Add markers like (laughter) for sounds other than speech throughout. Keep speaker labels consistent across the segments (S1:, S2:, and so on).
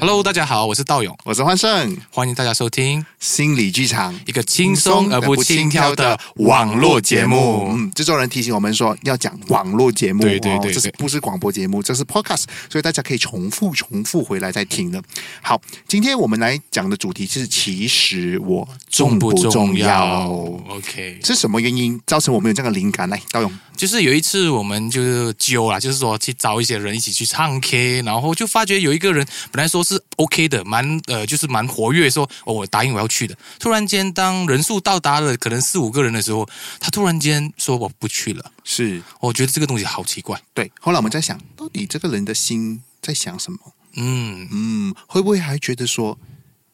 S1: Hello，大家好，我是道勇，
S2: 我是欢胜，
S1: 欢迎大家收听
S2: 心理剧场
S1: 一个轻松而不轻佻的网络节目。
S2: 嗯，制作人提醒我们说要讲网络节目，
S1: 对对对
S2: 哦
S1: 对
S2: 这是不是广播节目？这是 podcast，所以大家可以重复重复回来再听的。好，今天我们来讲的主题是其实我重不重要？
S1: ？OK，
S2: 是什么原因造成我们有这样的灵感？来，道勇，
S1: 就是有一次我们就是揪啦，就是说去找一些人一起去唱 K，然后就发觉有一个人本来说是 OK 的，蛮呃就是蛮活跃，说哦我答应我要去的。突然间当人数到达了可能四五个人的时候，他突然间说我不去了。
S2: 是
S1: 我觉得这个东西好奇怪。
S2: 对。后来我们在想，到底这个人的心在想什么？
S1: 嗯，
S2: 嗯，会不会还觉得说，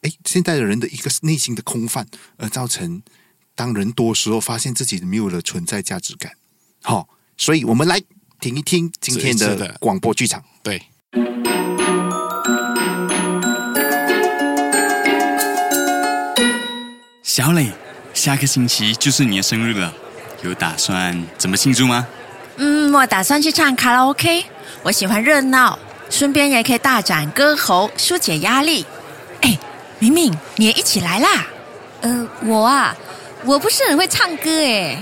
S2: 哎，现在的人的一个内心的空泛，而造成当人多时候，发现自己没有了存在价值感？好、所以我们来听一听今天
S1: 是
S2: 的
S1: 的
S2: 广播剧场。
S1: 对，
S3: 小磊，下个星期就是你的生日了，有打算怎么庆祝吗？
S4: 嗯，我打算去唱卡拉 OK，我喜欢热闹，顺便也可以大展歌喉，疏解压力。哎，明明你也一起来啦！
S5: 呃，我啊，我不是很会唱歌诶。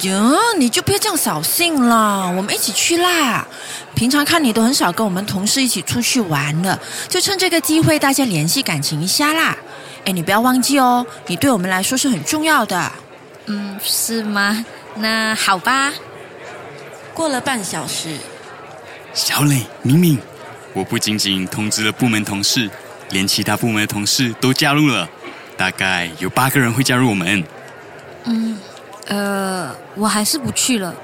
S4: 哟，你就别这样扫兴了，我们一起去啦。平常看你都很少跟我们同事一起出去玩了，就趁这个机会大家联系感情一下啦。哎，你不要忘记哦，你对我们来说是很重要的。
S5: 嗯，是吗？那好吧，
S4: 过了半小时，
S3: 小磊，明明，我不仅仅通知了部门同事，连其他部门的同事都加入了，大概有八个人会加入我们。
S5: 呃，我还是不去了。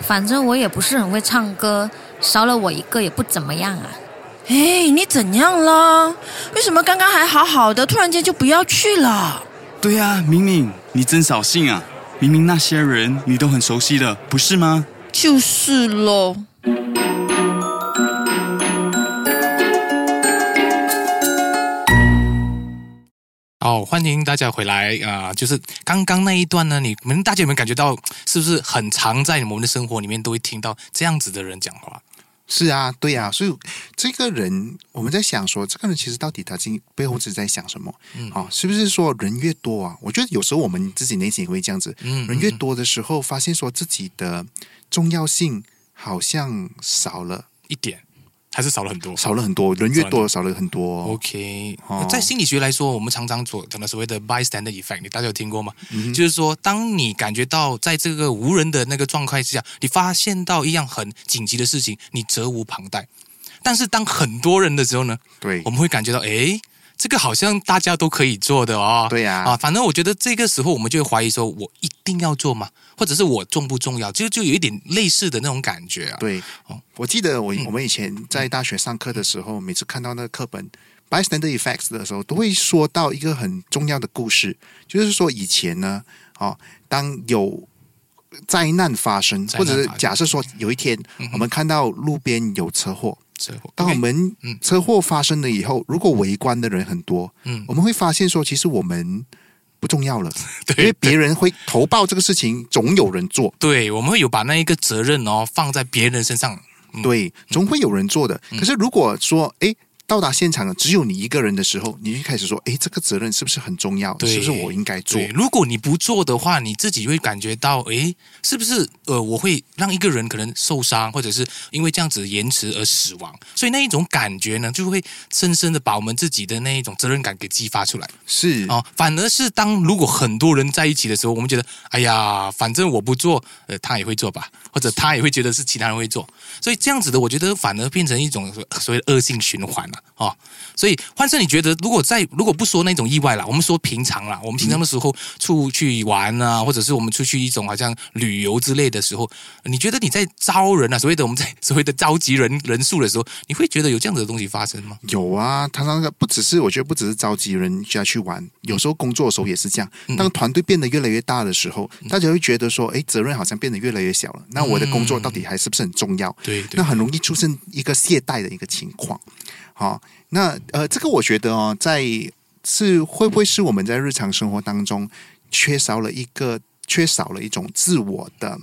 S5: 反正我也不是很会唱歌，少了我一个也不怎么样啊。
S4: 哎，你怎样了？为什么刚刚还好好的，突然间就不要去了？
S3: 对啊，明明，你真扫兴啊！明明那些人你都很熟悉的，不是吗？
S4: 就是喽。
S1: 好，欢迎大家回来啊、就是刚刚那一段呢，你们大家有没有感觉到，是不是很常在我们的生活里面都会听到这样子的人讲话？
S2: 是啊，对啊，所以这个人，我们在想说，这个人其实到底他今背后是在想什么？嗯，哦，是不是说人越多啊？我觉得有时候我们自己内心也会这样子，
S1: 嗯
S2: 人越多的时候，发现说自己的重要性好像少了，
S1: 一点，还是少了很多。
S2: 少了很多，人越多少了很多。
S1: OK，、
S2: 哦
S1: 在心理学来说，我们常常所讲的所谓的 bystander effect，你大家有听过吗？
S2: 嗯
S1: 就是说，当你感觉到在这个无人的那个状态之下，你发现到一样很紧急的事情，你责无旁贷。但是当很多人的时候呢，
S2: 对
S1: 我，们会感觉到，诶，这个好像大家都可以做的哦。
S2: 对呀
S1: 啊，反正我觉得这个时候我们就会怀疑说，我一定要做吗？或者是我重不重要？就就有一点类似的那种感觉啊。，
S2: 对
S1: 哦，
S2: 我记得我我们以前在大学上课的时候，每次看到那个课本《bystander effects》的时候，都会说到一个很重要的故事，就是说以前呢，哦，当有灾难发生，
S1: 灾
S2: 或
S1: 难发
S2: 者
S1: 生嗯
S2: 是假设说有一天我们看到路边有车祸，
S1: 这
S2: 当我们
S1: 嗯
S2: 车祸发生了以后，如果围观的人很多，
S1: 嗯
S2: 我们会发现说，其实我们不重要了，因
S1: (laughs) 对
S2: 为别人会投报这个事情，总有人做。
S1: 对，我们会有把那一个责任哦放在别人身上。嗯
S2: 对，总会有人做的。可是如果说，哎，到达现场了，只有你一个人的时候，你就开始说，哎，这个责任是不是很重要？
S1: 对
S2: 是不是我应该做
S1: 对，？如果你不做的话，你自己会感觉到，诶，是不是呃，我会让一个人可能受伤，或者是因为这样子延迟而死亡，所以那一种感觉呢，就会深深的把我们自己的那一种责任感给激发出来。
S2: 是，
S1: 哦，反而是当如果很多人在一起的时候，我们觉得，哎呀，反正我不做，呃，他也会做吧，或呃者他也会觉得是其他人会做，所以这样子的，我觉得反而变成一种所所谓的恶性循环了、了哦。所以换成你觉得，如果在如果不说那种意外啦，我们说平常啦，我们平常的时候出去玩啊，或者是我们出去一种好像旅游之类的时候，你觉得你在招人啊，所谓的我们在 (laughs) 所谓的召集人人数的时候，你会觉得有这样子的东西发生吗？
S2: 有啊，他那个不只是我觉得不只是召集人家去玩，有时候工作的时候也是这样。
S1: 嗯
S2: 当团队变得越来越大的时候，大家会觉得说，哎，责任好像变得越来越小了。那我的工作到底还是不是很重要？
S1: 对嗯对
S2: 那很容易出现一个懈怠的一个情况。好、那呃，这个我觉得哦，在是会不会是我们在日常生活当中缺少了一个缺少了一种自我的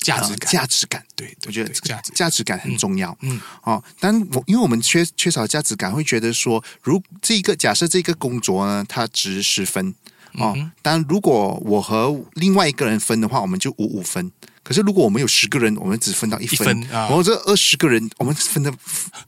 S1: 价值
S2: 呃
S1: 感，
S2: 价值感。
S1: 对，对
S2: 我觉得
S1: 对
S2: 这个
S1: 价值
S2: 价值感很重要。
S1: 嗯嗯
S2: 哦，但我因为我们缺缺少价值感，会觉得说，如这一个假设这个工作呢，它值十分
S1: 嗯
S2: 哦，但如果我和另外一个人分的话，我们就五五分。可是如果我们有十个人，我们只分到一分，
S1: 一分啊
S2: 然后这二十个人，我们分
S1: (laughs)
S2: 的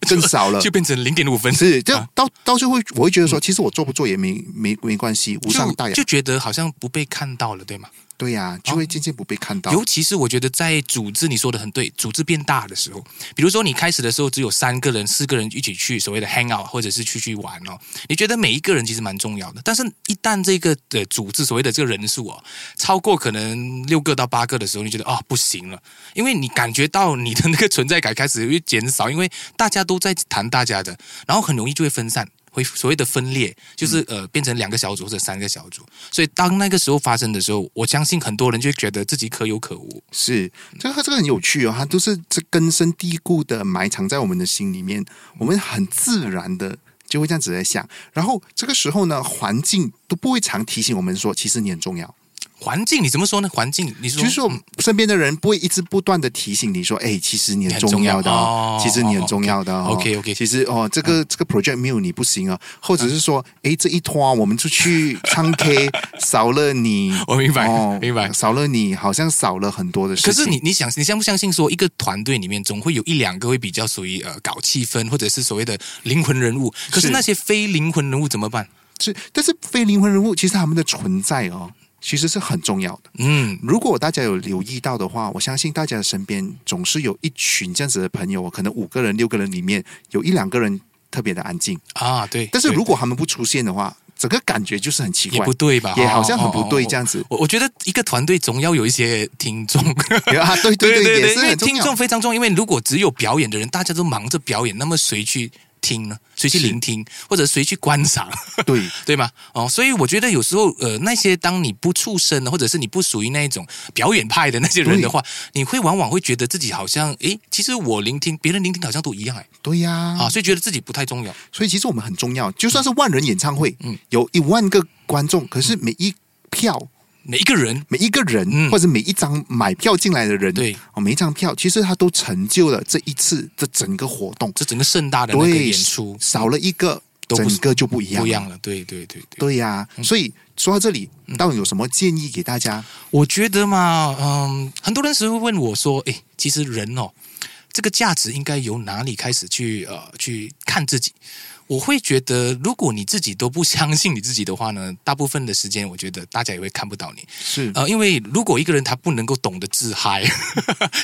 S2: 更少了。
S1: 就变成零点五分，
S2: 嗯是，这
S1: 啊嗯
S2: 样到到最后，我会觉得说，其实我做不做也没没没关系，无伤大雅
S1: 就。就哦觉得好像不被看到了，对吗？
S2: 对呀、就会渐渐不被看到。
S1: 尤其是我觉得在组织，你说的很对，组织变大的时候，比如说你开始的时候只有三个人、四个人一起去所谓的 hang out 或者是去去玩哦，你觉得每一个人其实蛮重要的，但是一旦这个的组织所谓的这个人数哦，超过可能六个到八个的时候，你觉得啊、不行了，因为你感觉到你的那个存在感开始会减少，因为大家都在谈大家的，然后很容易就会分散。会所谓的分裂，就是呃变成两个小组或者三个小组，所以当那个时候发生的时候，我相信很多人就会觉得自己可有可无。
S2: 是，
S1: 嗯
S2: 这个这个很有趣哦，它都是这根深蒂固的埋藏在我们的心里面，我们很自然的就会这样子在想，然后这个时候呢，环境都不会常提醒我们说，其实你很重要，
S1: 环境你怎么说呢？环境你说嗯
S2: 就是说我们身边的人不会一直不断的提醒你说，哎，其实你很重要的、
S1: 你很重要哦
S2: 哦，其实你很重要的、
S1: 哦
S2: 哦、
S1: ，OK，OK
S2: 其实哦，这
S1: 嗯
S2: 个这个 project 没有你不行哦，或者是说，哎，这一拖我们出去唱 K 少了你，
S1: (laughs)
S2: 哦
S1: 我明白明白
S2: 少了你好像少了很多的事
S1: 可
S2: 情，
S1: 是你你想你相不相信说一个团队里面总会有一两个会比较属于呃搞气氛或者是所谓的灵魂人物，可是
S2: 是
S1: 那些非灵魂人物怎么办？
S2: 是，但是非灵魂人物其实他们的存在哦，其实是很重要的。
S1: 嗯，
S2: 如果大家有留意到的话，我相信大家的身边总是有一群这样子的朋友，可能五个人、六个人里面有一两个人特别的安静，
S1: 啊对，
S2: 但是
S1: 对
S2: 如果他们不出现的话，整个感觉就是很奇
S1: 也
S2: 怪
S1: 不。对吧？
S2: 也
S1: 哦
S2: 好像很不对
S1: 哦哦
S2: 这样子
S1: 我我觉得一个团队总要有一些听众。
S2: 啊，对对
S1: 哦对
S2: 也
S1: 对，
S2: 是
S1: 因为
S2: 很重
S1: 听
S2: 要
S1: 众。非常重要，因为如果只有表演的人，大家都忙着表演，那么谁去听呢？谁去
S2: 是
S1: 聆听，或者谁去观赏，
S2: 对，
S1: 对吗？哦，所以我觉得有时候，呃，那些当你不出声，或者是你不属于那一种表演派的那些人的话，你会往往会觉得自己好像，诶，其实我聆听，别人聆听好像都一样，哎，
S2: 对呀、
S1: 啊，所以觉得自己不太重要。
S2: 所以其实我们很重要，就算是万人演唱会，
S1: 嗯
S2: 有一万个观众，可是每一票
S1: 每一个人
S2: 每一个人、
S1: 嗯
S2: 或者每一张买票进来的人，
S1: 对
S2: 哦，每一张票其实他都成就了这一次这整个活动，
S1: 这整个盛大的那个
S2: 对，
S1: 演出
S2: 少了一个，
S1: 都不
S2: 整个就不一样，
S1: 不一嗯样。了，对对对对。
S2: 对呀、所以说到这里，
S1: 嗯
S2: 到底有什么建议给大家？
S1: 我觉得嘛，嗯，很多人时会问我说，诶，其实人哦，这个价值应该由哪里开始去呃去看自己？我会觉得，如果你自己都不相信你自己的话呢，大部分的时间，我觉得大家也会看不到你。
S2: 是
S1: 呃，因为如果一个人他不能够懂得自嗨， (laughs)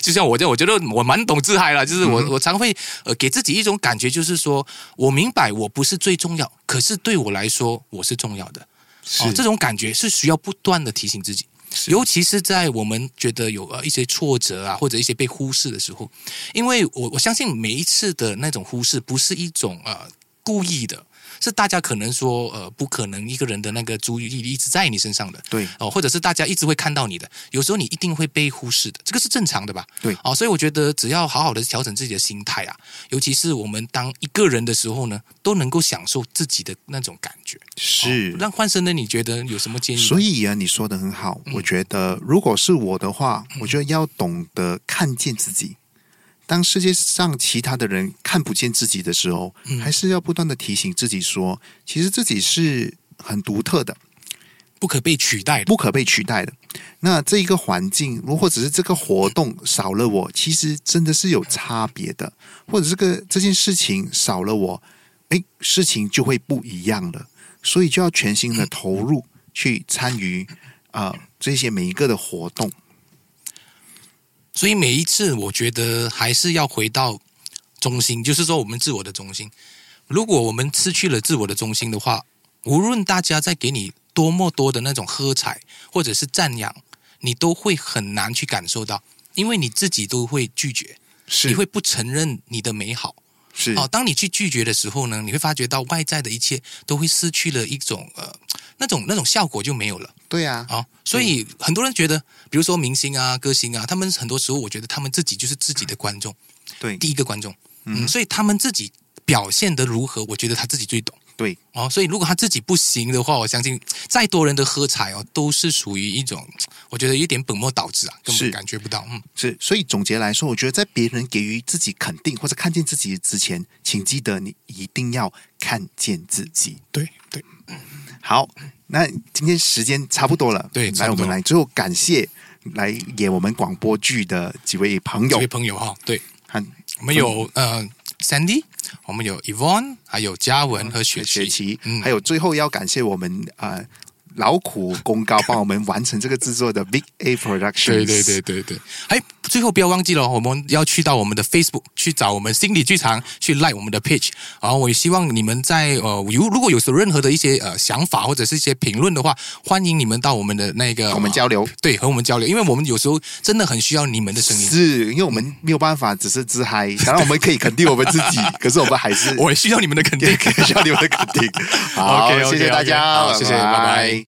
S1: 就像我这样，我觉得我蛮懂自嗨啦，就是我、我常会呃给自己一种感觉，就是说我明白我不是最重要，可是对我来说我是重要的。哦，这种感觉是需要不断的提醒自己。尤其是在我们觉得有呃一些挫折啊，或者一些被忽视的时候，因为我我相信每一次的那种忽视不是一种呃故意的，是大家可能说呃不可能一个人的那个注意力一直在你身上的，
S2: 对
S1: 哦，或者是大家一直会看到你的，有时候你一定会被忽视的，这个是正常的吧？
S2: 对
S1: 哦，所以我觉得只要好好的调整自己的心态啊，尤其是我们当一个人的时候呢，都能够享受自己的那种感觉。
S2: 是
S1: 哦让换生呢，你觉得有什么建议吗？嗯
S2: 所以啊，你说的很好，我觉得如果是我的话，我觉得要懂得看见自己。当世界上其他的人看不见自己的时候，
S1: 嗯
S2: 还是要不断的提醒自己说，其实自己是很独特的，
S1: 不可被取代的。
S2: 不可被取代的。那这一个环境，如果只是这个活动少了我，其实真的是有差别的，或者这个这件事情少了我，哎，事情就会不一样了。所以就要全心的投入去参与啊、呃这些每一个的活动。
S1: 所以每一次，我觉得还是要回到中心，就是说我们自我的中心。如果我们失去了自我的中心的话，无论大家在给你多么多的那种喝彩或者是赞扬，你都会很难去感受到，因为你自己都会拒绝，
S2: 是
S1: 你会不承认你的美好。
S2: 是
S1: 哦，当你去拒绝的时候呢，你会发觉到外在的一切都会失去了一种呃那种那种效果就没有了。
S2: 对啊，
S1: 啊、所以很多人觉得，比如说明星啊、歌星啊，他们很多时候我觉得他们自己就是自己的观众，
S2: 对
S1: 第一个观众，嗯，所以他们自己表现的如何，我觉得他自己最懂。
S2: 对，
S1: 哦，所以如果他自己不行的话，我相信再多人的喝彩哦，都是属于一种，我觉得有点本末倒置啊，根本
S2: 是
S1: 感觉不到。嗯，
S2: 是。所以总结来说，我觉得在别人给予自己肯定或者看见自己之前，请记得你一定要看见自己。
S1: 对对，
S2: 好，那今天时间差不多了，
S1: 对差
S2: 来
S1: 不
S2: 我
S1: 多
S2: 们来最后感谢来演我们广播剧的几位朋
S1: 这
S2: 友
S1: 位，朋友哈、对
S2: 和
S1: 我们有、呃 Sandy，我们有 Evon，还有嘉文和雪
S2: 学
S1: 琪，
S2: 期，
S1: 嗯，
S2: 还有最后要感谢我们呃劳苦功高帮我们完成这个制
S1: (laughs)
S2: 作的 Big A Productions，
S1: 对对对对对，哎，最后不要忘记了，我们要去到我们的 Facebook 去找我们心理剧场，去 like 我们的 page。然后我也希望你们在呃有如果有任何的一些呃想法或者是一些评论的话，欢迎你们到我们的那个
S2: 我们交流。
S1: 对和我们交流，因为我们有时候真的很需要你们的声音。
S2: 是因为我们没有办法，只是自嗨。当然，我们可以肯定我们自
S1: (laughs)
S2: 己，可是我们还是 (laughs)
S1: 我也需要你们的肯定
S2: 也。需要你们的肯定。
S1: (laughs)
S2: 好
S1: OK，OK，OK，
S2: 谢谢大家，
S1: 好谢谢拜拜